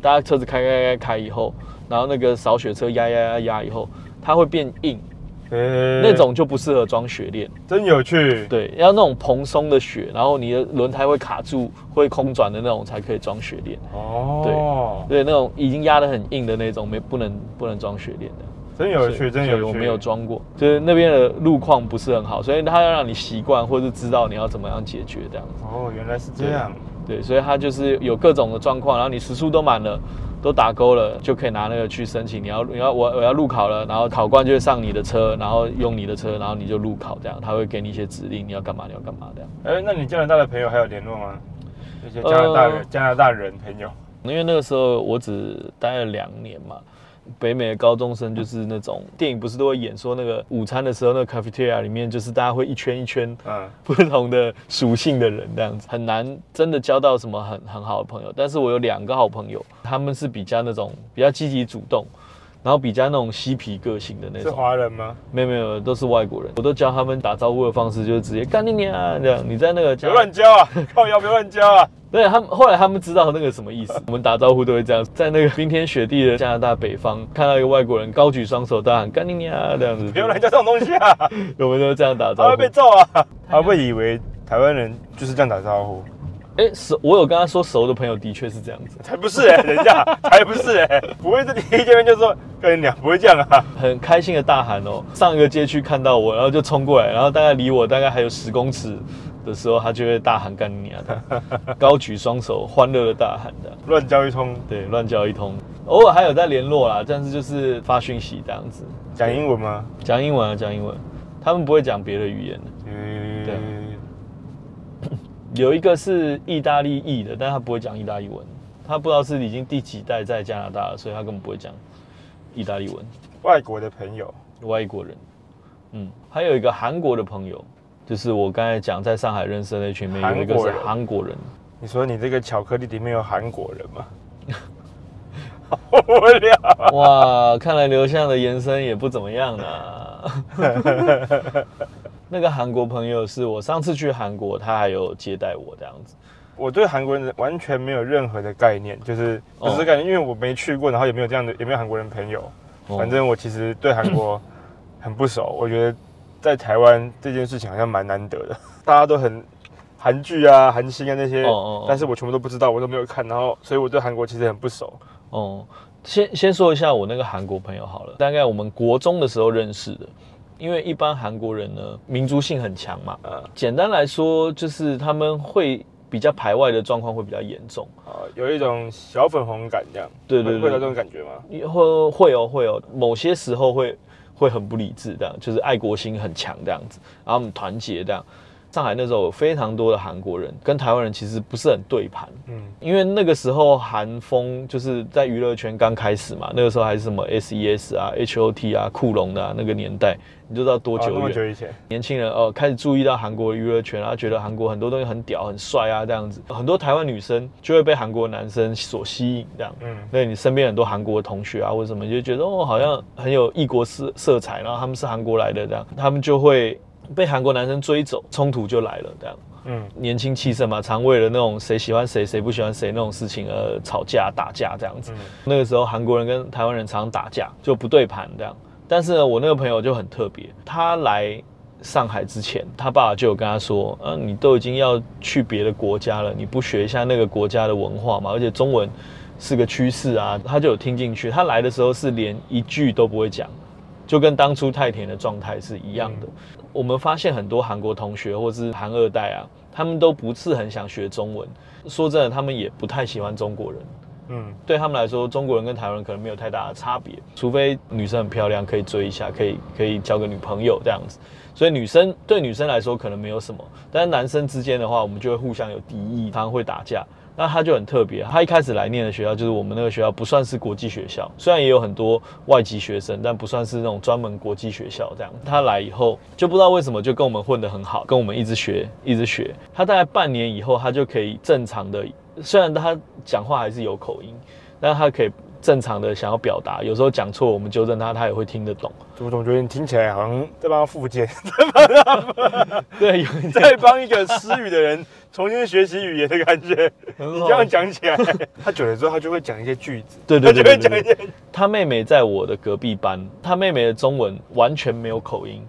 Speaker 3: 大家车子开开开开以后，然后那个扫雪车压压压压以后，它会变硬，
Speaker 4: 诶
Speaker 3: 那种就不适合装雪链。
Speaker 4: 嗯真有趣。
Speaker 3: 对，要那种蓬松的雪，然后你的轮胎会卡住、会空转的那种才可以装雪链。
Speaker 4: 哦，
Speaker 3: 对，那种已经压得很硬的那种，没不能不能装雪链的。
Speaker 4: 真有
Speaker 3: 所以
Speaker 4: 趣，真
Speaker 3: 所以
Speaker 4: 有趣。
Speaker 3: 我没有装过，就是那边的路况不是很好，所以他要让你习惯或是知道你要怎么样解决这样子。
Speaker 4: 哦，原来是这样。
Speaker 3: 对，所以他就是有各种的状况，然后你时速都满了。都打勾了，就可以拿那个去申请。你要你要我我要路考了，然后考官就会上你的车，然后用你的车，然后你就路考这样。他会给你一些指令，你要干嘛，你要干嘛这样。
Speaker 4: 哎，那你加拿大的朋友还有联络吗？那些加拿大
Speaker 3: 呃
Speaker 4: 人、加拿大人朋友。
Speaker 3: 因为那个时候我只待了两年嘛，北美的高中生就是那种电影不是都会演说那个午餐的时候，那个 cafeteria 里面就是大家会一圈一圈
Speaker 4: 嗯，
Speaker 3: 不同的属性的人这样子，很难真的交到什么很很好的朋友。但是我有两个好朋友，他们是比较那种比较积极主动，然后比较那种嬉皮个性的那
Speaker 4: [LAUGHS] 是哦
Speaker 3: 种。
Speaker 4: 华人吗？
Speaker 3: 没有没有，都是外国人，我都教他们打招呼的方式就是直接干你娘啊这样。你在那个
Speaker 4: 别乱教啊！靠腰，别乱教啊！
Speaker 3: 对他们后来他们知道那个什么意思，我们打招呼都会这样，在那个冰天雪地的加拿大北方，看到一个外国人高举双手大喊“干你娘”啊这样子，
Speaker 4: 别乱教这种东西啊！
Speaker 3: 我们都这样打
Speaker 4: 他
Speaker 3: 招
Speaker 4: 会
Speaker 3: 呼
Speaker 4: 被。揍啊！他会不会以为台湾人就是这样打招呼？
Speaker 3: 哎，熟，我有跟他说熟的朋友的确是这样子，
Speaker 4: 才不是哎、等一 [LAUGHS] 下，才不是哎、不会是第一见面就说跟你讲，不会这样啊！
Speaker 3: 很开心的大喊哦，上一个街区看到我，然后就冲过来，然后大概离我大概还有十公尺的时候，他就会大喊“干你娘”， [LAUGHS] 高举双手，欢乐的大喊的。
Speaker 4: 乱教一通，
Speaker 3: 对，乱叫一通，偶尔还有在联络啦，但是就是发讯息这样子，
Speaker 4: 讲英文吗？
Speaker 3: 讲英文啊，讲英文，他们不会讲别的语言的。
Speaker 4: 嗯，
Speaker 3: 对有一个是意大利裔的，但他不会讲意大利文，他不知道是已经第几代在加拿大了，所以他根本不会讲意大利文。
Speaker 4: 外国的朋友，
Speaker 3: 外国人，嗯，还有一个韩国的朋友，就是我刚才讲在上海认识的那群里面有一个
Speaker 4: 韩国
Speaker 3: 是
Speaker 4: 人
Speaker 3: 韩国人，
Speaker 4: 你说你这个巧克力里面有韩国人 [LAUGHS] 吗？好无聊，
Speaker 3: 哇，看来刘向的延伸也不怎么样
Speaker 4: [LAUGHS]
Speaker 3: 啊。那个韩国朋友是我上次去韩国，他还有接待我这样子。
Speaker 4: 我对韩国人完全没有任何的概念，就是
Speaker 3: 哦
Speaker 4: 只是感觉，因为我没去过，然后也没有这样的，也没有韩国人朋友。
Speaker 3: 哦
Speaker 4: 反正我其实对韩国 [COUGHS] 很不熟，我觉得在台湾这件事情好像蛮难得的， [LAUGHS] 大家都很韩剧啊、韩星啊那些
Speaker 3: 哦哦哦
Speaker 4: 但是我全部都不知道，我都没有看，然后所以我对韩国其实很不熟。
Speaker 3: 哦，先先说一下我那个韩国朋友好了，大概我们国中的时候认识的。因为一般韩国人呢，民族性很强嘛，
Speaker 4: 嗯
Speaker 3: 简单来说就是他们会比较排外的状况会比较严重。
Speaker 4: 啊，有一种小粉红感这样，
Speaker 3: 对对对
Speaker 4: 会会有这种感觉吗？
Speaker 3: 会会哦会哦，某些时候会会很不理智这样，就是爱国心很强这样子，然后我们团结这样。上海那时候有非常多的韩国人跟台湾人其实不是很对盘，
Speaker 4: 嗯，
Speaker 3: 因为那个时候韩风就是在娱乐圈刚开始嘛，那个时候还是什么 SES 啊、HOT 啊、酷龙的、啊、那个年代，你就知道多
Speaker 4: 哦
Speaker 3: 久
Speaker 4: 那么
Speaker 3: 远。
Speaker 4: 久以前，
Speaker 3: 年轻人哦开始注意到韩国的娱乐圈，然后啊觉得韩国很多东西很屌、很帅啊这样子，很多台湾女生就会被韩国男生所吸引这样。
Speaker 4: 嗯，
Speaker 3: 那你身边很多韩国的同学啊，或者什么，你就觉得哦，好像很有异国色色彩，然后他们是韩国来的，这样他们就会被韩国男生追走，冲突就来了，这样
Speaker 4: 嗯，
Speaker 3: 年轻气盛嘛，常为了那种谁喜欢谁、谁不喜欢谁那种事情而吵架、打架这样子。
Speaker 4: 嗯
Speaker 3: 那个时候韩国人跟台湾人常常打架，就不对盘这样。但是呢，我那个朋友就很特别，他来上海之前，他爸爸就有跟他说：“嗯、你都已经要去别的国家了，你不学一下那个国家的文化嘛？而且中文是个趋势啊。”他就有听进去。他来的时候是连一句都不会讲，就跟当初太田的状态是一样的。我们发现很多韩国同学或是韩二代啊，他们都不是很想学中文。说真的，他们也不太喜欢中国人。
Speaker 4: 嗯，
Speaker 3: 对他们来说，中国人跟台湾人可能没有太大的差别，除非女生很漂亮，可以追一下，可以可以交个女朋友这样子。所以女生对女生来说可能没有什么，但是男生之间的话，我们就会互相有敌意，常常会打架。那他就很特别，他一开始来念的学校就是我们那个学校不算是国际学校，虽然也有很多外籍学生，但不算是那种专门国际学校这样。他来以后就不知道为什么就跟我们混得很好，跟我们一直学一直学。他大概半年以后，他就可以正常的，虽然他讲话还是有口音，但他可以正常的想要表达，有时候讲错我们纠正他，他也会听得懂。
Speaker 4: 我总觉得你听起来好像在帮他复健，
Speaker 3: 对，有一点
Speaker 4: [LAUGHS] 在帮一个失语的人重新学习语言的感觉。
Speaker 3: 很
Speaker 4: 你
Speaker 3: 好
Speaker 4: 这样讲起来， [LAUGHS] 他久了之后，他就会讲一些句子，
Speaker 3: 对对对
Speaker 4: 他
Speaker 3: 对
Speaker 4: 就会讲
Speaker 3: 对
Speaker 4: 一些
Speaker 3: 对。他妹妹在我的隔壁班，他妹妹的中文完全没有口音，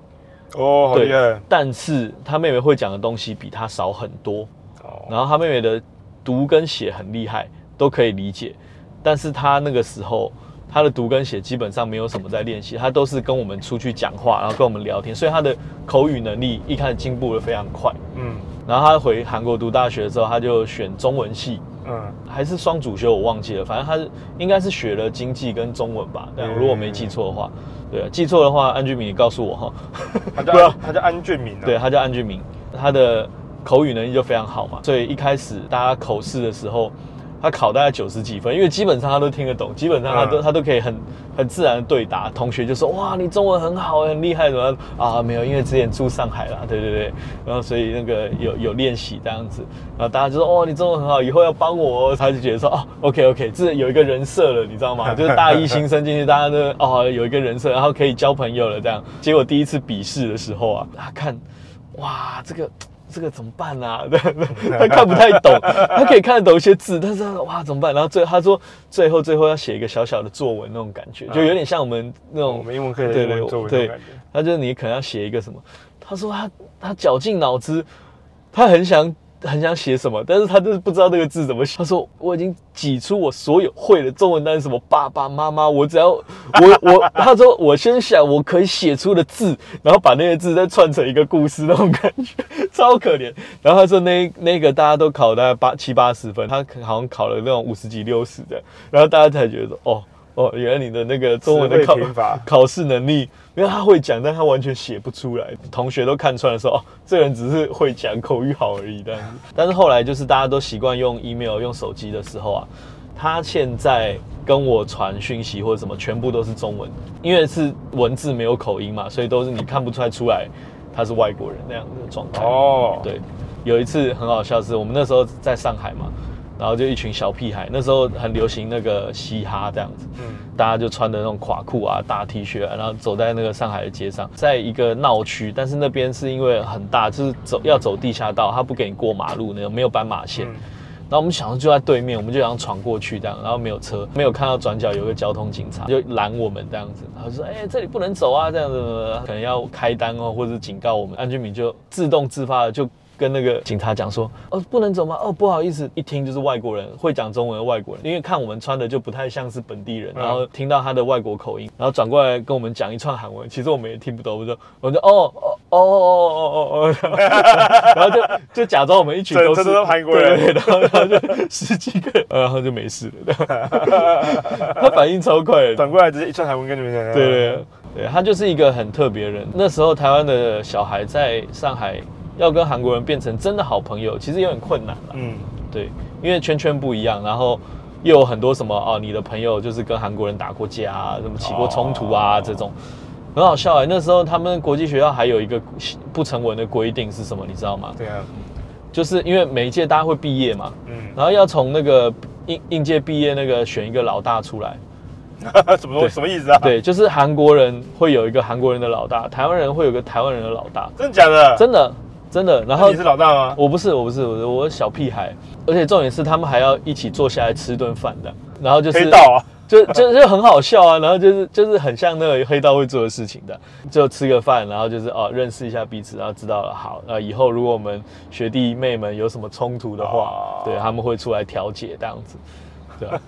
Speaker 4: 哦，好
Speaker 3: 对
Speaker 4: 厉害！
Speaker 3: 但是他妹妹会讲的东西比他少很多。
Speaker 4: 哦，
Speaker 3: 然后他妹妹的读跟写很厉害，都可以理解，但是他那个时候他的读跟写基本上没有什么在练习，他都是跟我们出去讲话，然后跟我们聊天，所以他的口语能力一开始进步的非常快。
Speaker 4: 嗯
Speaker 3: 然后他回韩国读大学之后，他就选中文系，
Speaker 4: 嗯，
Speaker 3: 还是双主修，我忘记了，反正他是应该是学了经济跟中文吧，但
Speaker 4: 嗯
Speaker 3: 如果我没记错的话，对，啊记错的话，安居明你告诉我哈。
Speaker 4: 他叫安他叫安俊敏啊，
Speaker 3: 对，，他叫安俊明，他的口语能力就非常好嘛，所以一开始大家口试的时候，他考大概九十几分，因为基本上他都听得懂，基本上他都、
Speaker 4: 嗯
Speaker 3: 他都可以很很自然的对答。同学就说：“哇，你中文很好，很厉害，怎么啊？”没有，因为之前住上海啦，对对对，然后所以那个有有练习这样子，然后大家就说：“哦，你中文很好，以后要帮我哦。”他就觉得说：“哦，OK OK，这有一个人设了，你知道吗？就是大一新生进去，大家都哦有一个人设，然后可以交朋友了这样。”结果第一次笔试的时候啊，他看，哇，这个。这个怎么办啊？ [LAUGHS] 他看不太懂， [LAUGHS] 他可以看得懂一些字，但是他说哇怎么办？然后最他说最后最后要写一个小小的作文那种感觉，就有点像我们那种
Speaker 4: 啊哦我们英文课的
Speaker 3: 对
Speaker 4: 英文作
Speaker 3: 对
Speaker 4: 文那种
Speaker 3: 对
Speaker 4: 感觉，
Speaker 3: 他就是你可能要写一个什么？他说他他绞尽脑汁，他很想很想写什么，但是他就是不知道那个字怎么写。他说我已经挤出我所有会的中文单词，什么爸爸妈妈，我只要 [LAUGHS] 我我，他说我先想我可以写出的字，然后把那些字再串成一个故事，那种感觉 [LAUGHS] 超可怜。然后他说那那个大家都考大概八七八十分，他好像考了那种五十几六十的，然后大家才觉得说哦。哦，原来你的那个中文的
Speaker 4: 词
Speaker 3: 考
Speaker 4: 汇贫乏
Speaker 3: 考试能力，因为他会讲，但他完全写不出来。同学都看穿了说，哦，这个人只是会讲，口语好而已。但是，但是后来就是大家都习惯用 email、用手机的时候啊，他现在跟我传讯息或者什么，全部都是中文，因为是文字没有口音嘛，所以都是你看不出来出来他是外国人那样的状态。
Speaker 4: 哦，，
Speaker 3: 对，有一次很好笑是，我们那时候在上海嘛，然后就一群小屁孩，那时候很流行那个嘻哈这样子，
Speaker 4: 嗯，
Speaker 3: 大家就穿的那种垮裤啊、大 T 恤、啊，然后走在那个上海的街上，在一个闹区，但是那边是因为很大，就是走要走地下道，他不给你过马路那种，没有斑马线。
Speaker 4: 嗯
Speaker 3: 然后我们想说就在对面，我们就想闯过去这样，然后没有车，没有看到转角有个交通警察就拦我们这样子，然后就说哎、这里不能走啊这样子，可能要开单哦，或者警告我们。安俊敏就自动自发的就。跟那个警察讲说，哦，不能走吗？哦，不好意思，一听就是外国人，会讲中文的外国人，因为看我们穿的就不太像是本地人，
Speaker 4: 嗯
Speaker 3: 然后听到他的外国口音，然后转过来跟我们讲一串韩文，其实我们也听不懂，我们就我们就哦哦哦哦哦哦哦，然后就就假装我们一群都
Speaker 4: 这
Speaker 3: 是
Speaker 4: 这都是韩国人
Speaker 3: 对对对然后然后就十几个人，呃然后就没事了。他反应超快的，
Speaker 4: 转过来直接一串韩文跟你们讲，
Speaker 3: 对对对，他就是一个很特别的人。那时候台湾的小孩在上海要跟韩国人变成真的好朋友，其实有点困难了。
Speaker 4: 嗯，
Speaker 3: 对，因为圈圈不一样，然后又有很多什么哦，你的朋友就是跟韩国人打过架啊，什么起过冲突啊、
Speaker 4: 哦
Speaker 3: 这种，很好笑哎、那时候他们国际学校还有一个不成文的规定是什么，你知道吗？
Speaker 4: 对啊，
Speaker 3: 就是因为每一届大家会毕业嘛，
Speaker 4: 嗯，
Speaker 3: 然后要从那个应应届毕业那个选一个老大出来。
Speaker 4: [LAUGHS] 什么东西什么意思啊？，
Speaker 3: 对，就是韩国人会有一个韩国人的老大，台湾人会有个台湾人的老大，
Speaker 4: 真的假的？
Speaker 3: 真的真的。然
Speaker 4: 那
Speaker 3: 后
Speaker 4: 你是老大吗？
Speaker 3: 我不是我不是我是我是小屁孩，而且重点是他们还要一起坐下来吃顿饭的，然后就是
Speaker 4: 黑道啊，
Speaker 3: 就就就很好笑啊，然后就是就是很像那个黑道会做的事情的，就吃个饭，然后就是哦认识一下彼此，然后知道了好，呃以后如果我们学弟妹们有什么冲突的话，
Speaker 4: 哦
Speaker 3: 对他们会出来调解这样子，对啊，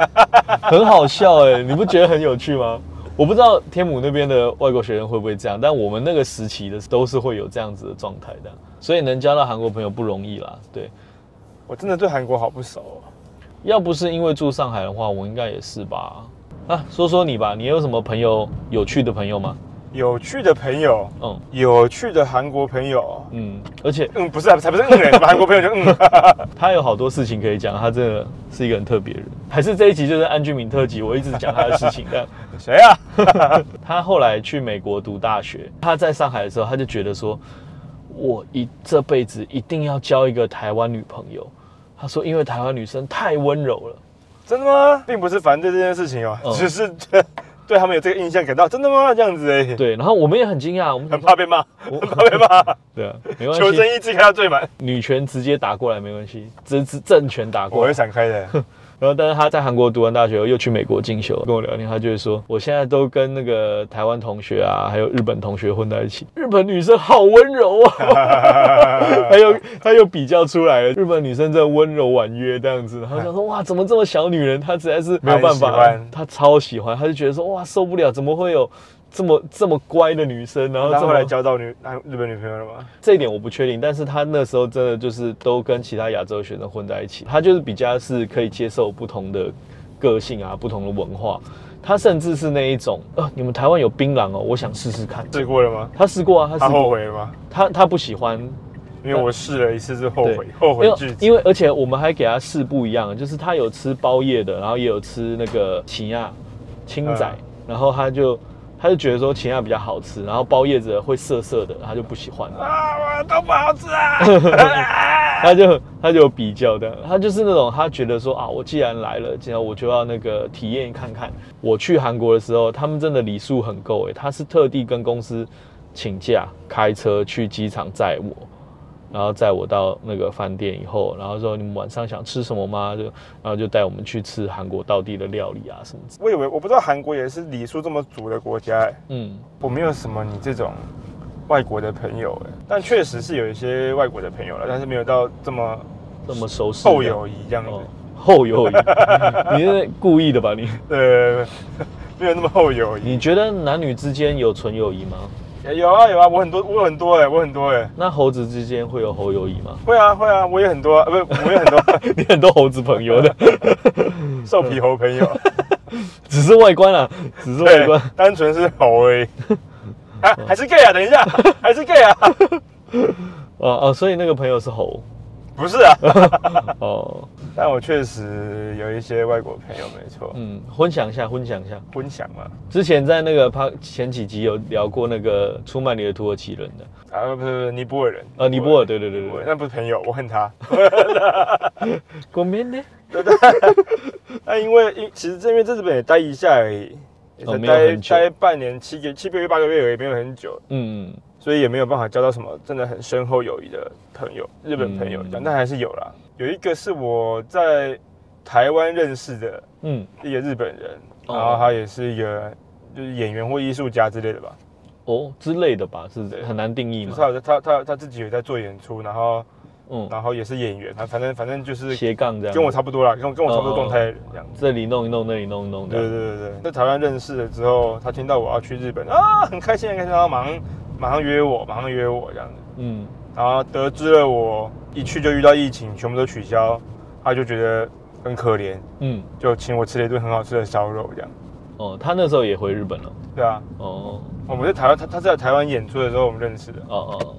Speaker 3: 很好笑哎、你不觉得很有趣吗？我不知道天母那边的外国学生会不会这样，但我们那个时期的都是会有这样子的状态的，所以能交到韩国朋友不容易啦，对。
Speaker 4: 我真的对韩国好不熟哦。
Speaker 3: 要不是因为住上海的话，我应该也是吧。啊，说说你吧，你有什么朋友有趣的朋友吗？
Speaker 4: 有趣的朋友，
Speaker 3: 嗯
Speaker 4: 有趣的韩国朋友，
Speaker 3: 嗯，而且
Speaker 4: 嗯，不是啊，才不是嗯嘞， [LAUGHS] 什么韩国朋友就嗯，
Speaker 3: 他有好多事情可以讲，他真的是一个很特别的人。还是这一集就是安俊敏特辑，我一直讲他的事情。但
Speaker 4: 谁啊？
Speaker 3: [LAUGHS] 他后来去美国读大学，他在上海的时候，他就觉得说，我一这辈子一定要交一个台湾女朋友。他说，因为台湾女生太温柔了。
Speaker 4: 真的吗？并不是反对这件事情哦，
Speaker 3: 嗯
Speaker 4: 只是 [LAUGHS] 对他们有这个印象感到真的吗？这样子哎，
Speaker 3: 对，然后我们也很惊讶，我们
Speaker 4: 很 [LAUGHS] 怕被骂，很怕被骂，
Speaker 3: 对啊，没关
Speaker 4: 求
Speaker 3: 系哦
Speaker 4: 生，意志开到最满，
Speaker 3: 女权直接打过来没关系，这是正拳打
Speaker 4: 我
Speaker 3: 过来
Speaker 4: 会。闪
Speaker 3: [LAUGHS]
Speaker 4: 开的。
Speaker 3: 然后，但是他在韩国读完大学后，又去美国进修，跟我聊天，他就会说，我现在都跟那个台湾同学啊，还有日本同学混在一起，日本女生好温 [LAUGHS] 柔啊，他又他又比较出来了，日本女生真的温柔婉约这样子，然后想说，哇，怎么这么小女人，她实在是 [LAUGHS] 没有办
Speaker 4: 她
Speaker 3: 法
Speaker 4: 很喜欢，
Speaker 3: 她超喜欢，她就觉得说，哇，受不了，怎么会有这么这么乖的女生，然后
Speaker 4: 他
Speaker 3: 这
Speaker 4: 后
Speaker 3: 么
Speaker 4: 来交到女男日本女朋友了吗？
Speaker 3: 这一点我不确定，但是他那时候真的就是都跟其他亚洲学生混在一起，他就是比较是可以接受不同的个性啊，不同的文化。他甚至是那一种，呃，你们台湾有槟榔哦，我想试试看。
Speaker 4: 试过了吗？
Speaker 3: 他试过啊，他
Speaker 4: 他
Speaker 3: 试过，
Speaker 4: 后悔了吗？
Speaker 3: 他他不喜欢，
Speaker 4: 因为我试了一次是后悔
Speaker 3: 对，
Speaker 4: 后悔
Speaker 3: 因为
Speaker 4: 至极。
Speaker 3: 因为而且我们还给他试不一样的，就是他有吃包叶的，然后也有吃那个奇亚青仔，
Speaker 4: 嗯
Speaker 3: 然后他就他就觉得说奇亚比较好吃，然后包叶子的会涩涩的，他就不喜欢了。
Speaker 4: 啊，我都不好
Speaker 3: [LAUGHS]
Speaker 4: 吃啊！ [LAUGHS]
Speaker 3: 他就他就有比较的，他就是那种他觉得说啊，我既然来了，既然我就要那个体验看看。我去韩国的时候，他们真的礼数很够诶、他是特地跟公司请假，开车去机场载我，然后载我到那个饭店以后，然后说你们晚上想吃什么吗？就然后就带我们去吃韩国道地的料理啊什么之类
Speaker 4: 我以为我不知道韩国也是礼数这么足的国家、欸，
Speaker 3: 嗯，
Speaker 4: 我没有什么你这种外国的朋友、欸，但确实是有一些外国的朋友了，但是没有到这么
Speaker 3: 这么熟悉的
Speaker 4: 厚友谊这样子。
Speaker 3: 哦，后友谊，你是故意的吧你？
Speaker 4: 呃，没有那么厚友谊。
Speaker 3: 你觉得男女之间有纯友谊吗？
Speaker 4: 有啊有啊，我很多我很多哎、我很多哎、
Speaker 3: 那猴子之间会有猴友谊吗？
Speaker 4: 会啊会啊，我也很多、啊，呃不，
Speaker 3: [LAUGHS]
Speaker 4: 我也很多
Speaker 3: 你很多猴子朋友
Speaker 4: [LAUGHS]
Speaker 3: 的，
Speaker 4: 瘦皮猴朋友，
Speaker 3: 只是外观啊，只是外
Speaker 4: 对
Speaker 3: 观。，
Speaker 4: 单纯是猴而已。啊，还是 gay 啊？等一下，还是 gay 啊？ [LAUGHS]
Speaker 3: 哦哦，所以那个朋友是猴
Speaker 4: 不是啊，
Speaker 3: 哦，
Speaker 4: 但我确实有一些外国朋友，没错，
Speaker 3: 嗯，分享一下，分享一下。
Speaker 4: 分享嘛，
Speaker 3: 之前在那个他前几集有聊过那个出卖你的土耳其人的，
Speaker 4: 啊，不是不是尼泊尔人，
Speaker 3: 呃，尼泊尔，对对对
Speaker 4: 尼
Speaker 3: 对
Speaker 4: 泊尔，
Speaker 3: 对。
Speaker 4: 那不是朋友，我恨他。
Speaker 3: 国民呢？
Speaker 4: 那因为因其实这边在日本也待一下而已，也
Speaker 3: 哦
Speaker 4: 才
Speaker 3: 没有
Speaker 4: 待
Speaker 3: 很久
Speaker 4: 待半年，七个七个月八个月也没有很久，
Speaker 3: 嗯，
Speaker 4: 所以也没有办法交到什么真的很深厚友谊的朋友，日本朋友这样，
Speaker 3: 嗯
Speaker 4: 但还是有啦。有一个是我在台湾认识的
Speaker 3: 嗯，
Speaker 4: 一个日本人，
Speaker 3: 哦
Speaker 4: 然后他也是一个就是演员或艺术家之类的吧，
Speaker 3: 哦之类的吧，是
Speaker 4: 对
Speaker 3: 很难定义
Speaker 4: 就是
Speaker 3: 嘛。
Speaker 4: 他有在他他他自己有在做演出，然后
Speaker 3: 嗯，
Speaker 4: 然后也是演员，反反正反正就是
Speaker 3: 斜杠这样。
Speaker 4: 跟我差不多啦，跟我跟我差
Speaker 3: 哦
Speaker 4: 不多状态的人这样。
Speaker 3: 这里弄一弄，那里弄一弄
Speaker 4: 对
Speaker 3: 的。
Speaker 4: 对对对，在台湾认识了之后，他听到我要去日本啊，很开心很开心，然后马上马上约我，马上约我这样子。
Speaker 3: 嗯，
Speaker 4: 然后得知了我一去就遇到疫情，全部都取消，他就觉得很可怜，
Speaker 3: 嗯，
Speaker 4: 就请我吃了一顿很好吃的烧肉这样。
Speaker 3: 哦，他那时候也回日本了。
Speaker 4: 对啊，
Speaker 3: 哦。
Speaker 4: 我们在台湾，他他是在台湾演出的时候我们认识的。
Speaker 3: 哦哦哦，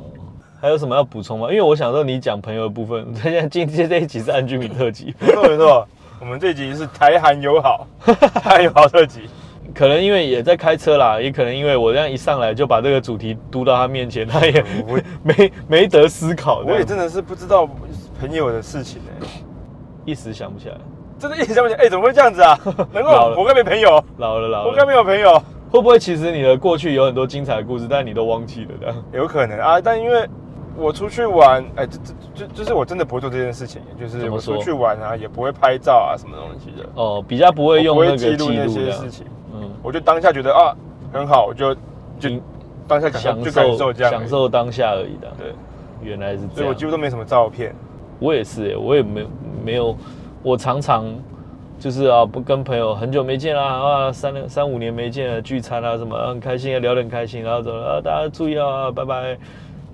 Speaker 3: 还有什么要补充吗？因为我想说你讲朋友的部分， [LAUGHS] 现在今天这一集是安居民特辑， [LAUGHS]
Speaker 4: 没错没错， [LAUGHS] 我们这集是台韩友好， [LAUGHS] 台韩友好特辑。
Speaker 3: 可能因为也在开车啦，也可能因为我这样一上来就把这个主题嘟到他面前，他也
Speaker 4: 哦我
Speaker 3: 没没得思考，
Speaker 4: 我也
Speaker 3: 这样
Speaker 4: 真的是不知道朋友的事情哎、
Speaker 3: 一时想不起来，
Speaker 4: 真的一直想不起来，哎、怎么会这样子啊？难怪
Speaker 3: 老了
Speaker 4: 我我该没朋友，
Speaker 3: 老了老
Speaker 4: 我该
Speaker 3: 了，
Speaker 4: 没有朋友。
Speaker 3: 会不会其实你的过去有很多精彩的故事，但你都忘记了这样？
Speaker 4: 有可能啊，但因为我出去玩，哎、这这这就是我真的不会做这件事情，就是
Speaker 3: 怎
Speaker 4: 我
Speaker 3: 么说
Speaker 4: 出去玩啊，也不会拍照啊，什么东西的，
Speaker 3: 哦，比较不会
Speaker 4: 我
Speaker 3: 用
Speaker 4: 不
Speaker 3: 那
Speaker 4: 会
Speaker 3: 个记
Speaker 4: 录
Speaker 3: 录
Speaker 4: 那
Speaker 3: 这
Speaker 4: 些
Speaker 3: 样
Speaker 4: 事，情。
Speaker 3: 嗯，
Speaker 4: 我就当下觉得啊很好，我就就
Speaker 3: 你
Speaker 4: 当下感
Speaker 3: 嗯享
Speaker 4: 就感受
Speaker 3: 受
Speaker 4: 这样而已，
Speaker 3: 享受当下而已的。
Speaker 4: 对，
Speaker 3: 原来是这
Speaker 4: 所以我
Speaker 3: 样
Speaker 4: 几。乎都没什么照片。
Speaker 3: 我也是耶，我也没没有，我常常就是啊，不跟朋友很久没见啦，啊，三三五年没见了，聚餐啊什么，啊很开心啊，聊得很开心，然后怎么啊，大家注意啊，拜拜，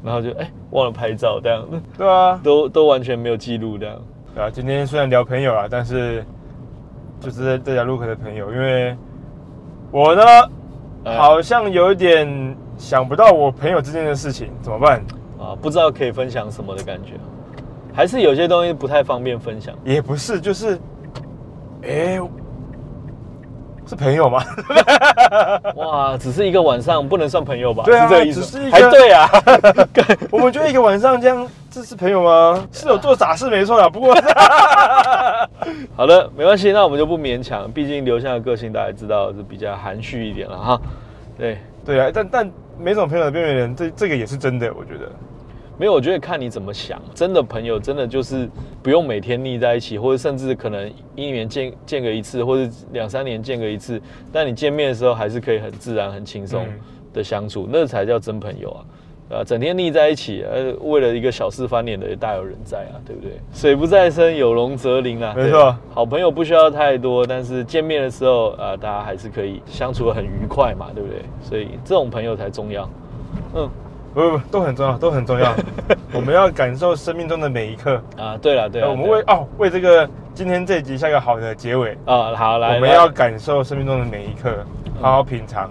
Speaker 3: 然后就哎、忘了拍照，这样 [LAUGHS]
Speaker 4: 对啊，
Speaker 3: 都都完全没有记录这样。
Speaker 4: 对啊，今天虽然聊朋友啊，但是就是在聊 Look 的朋友，因为我呢、
Speaker 3: 哎
Speaker 4: 好像有一点想不到我朋友之间的事情，怎么办？
Speaker 3: 啊，不知道可以分享什么的感觉，还是有些东西不太方便分享。
Speaker 4: 也不是，就是，哎、是朋友吗？ [LAUGHS]
Speaker 3: 哇，只是一个晚上，不能算朋友吧？
Speaker 4: 对啊
Speaker 3: 是这个意思吗。
Speaker 4: 只是一个
Speaker 3: 还对
Speaker 4: [LAUGHS]
Speaker 3: 啊， [LAUGHS]
Speaker 4: 我们觉得一个晚上这样，这是朋友吗？是有做傻事没错啦，啊不过 [LAUGHS]
Speaker 3: 好的，没关系，那我们就不勉强，毕竟刘向的个性大家知道是比较含蓄一点了哈。对，
Speaker 4: 对啊，但但没什么朋友的边缘人，这这个也是真的，我觉得。
Speaker 3: 没有，我觉得看你怎么想。真的朋友，真的就是不用每天腻在一起，或者甚至可能一年见见个一次，或者两三年见个一次，但你见面的时候还是可以很自然、很轻松
Speaker 4: 嗯
Speaker 3: 的相处，那才叫真朋友啊。啊，整天腻在一起，呃，为了一个小事翻脸的也大有人在啊，对不对？水不在深，有龙则灵啊。
Speaker 4: 没
Speaker 3: 对
Speaker 4: 错
Speaker 3: 好朋友不需要太多，但是见面的时候，啊，大家还是可以相处的很愉快嘛，对不对？所以这种朋友才重要。嗯，
Speaker 4: 不不不，都很重要，都很
Speaker 3: [LAUGHS]
Speaker 4: 重要。我们要感受生命中的每一刻。
Speaker 3: 啊，对了对了，
Speaker 4: 我们
Speaker 3: 对啦
Speaker 4: 为哦为这个今天这一集下一个好的结尾，
Speaker 3: 啊，好来，
Speaker 4: 我们
Speaker 3: 来
Speaker 4: 要感受生命中的每一刻，好好品尝，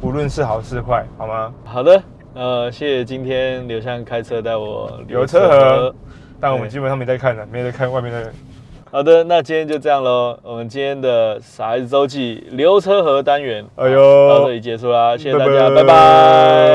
Speaker 4: 无论是好是坏，好吗？
Speaker 3: 好的。呃，谢谢今天刘向开车带我
Speaker 4: 有车河。但我们基本上没在看了，没在看外面的人。
Speaker 3: 好的，那今天就这样喽。我们今天的傻孩子周记留车河单元
Speaker 4: 哎
Speaker 3: 到这
Speaker 4: 呦，
Speaker 3: 里结束啦，谢谢大
Speaker 4: 拜
Speaker 3: 家，
Speaker 4: 拜
Speaker 3: 拜拜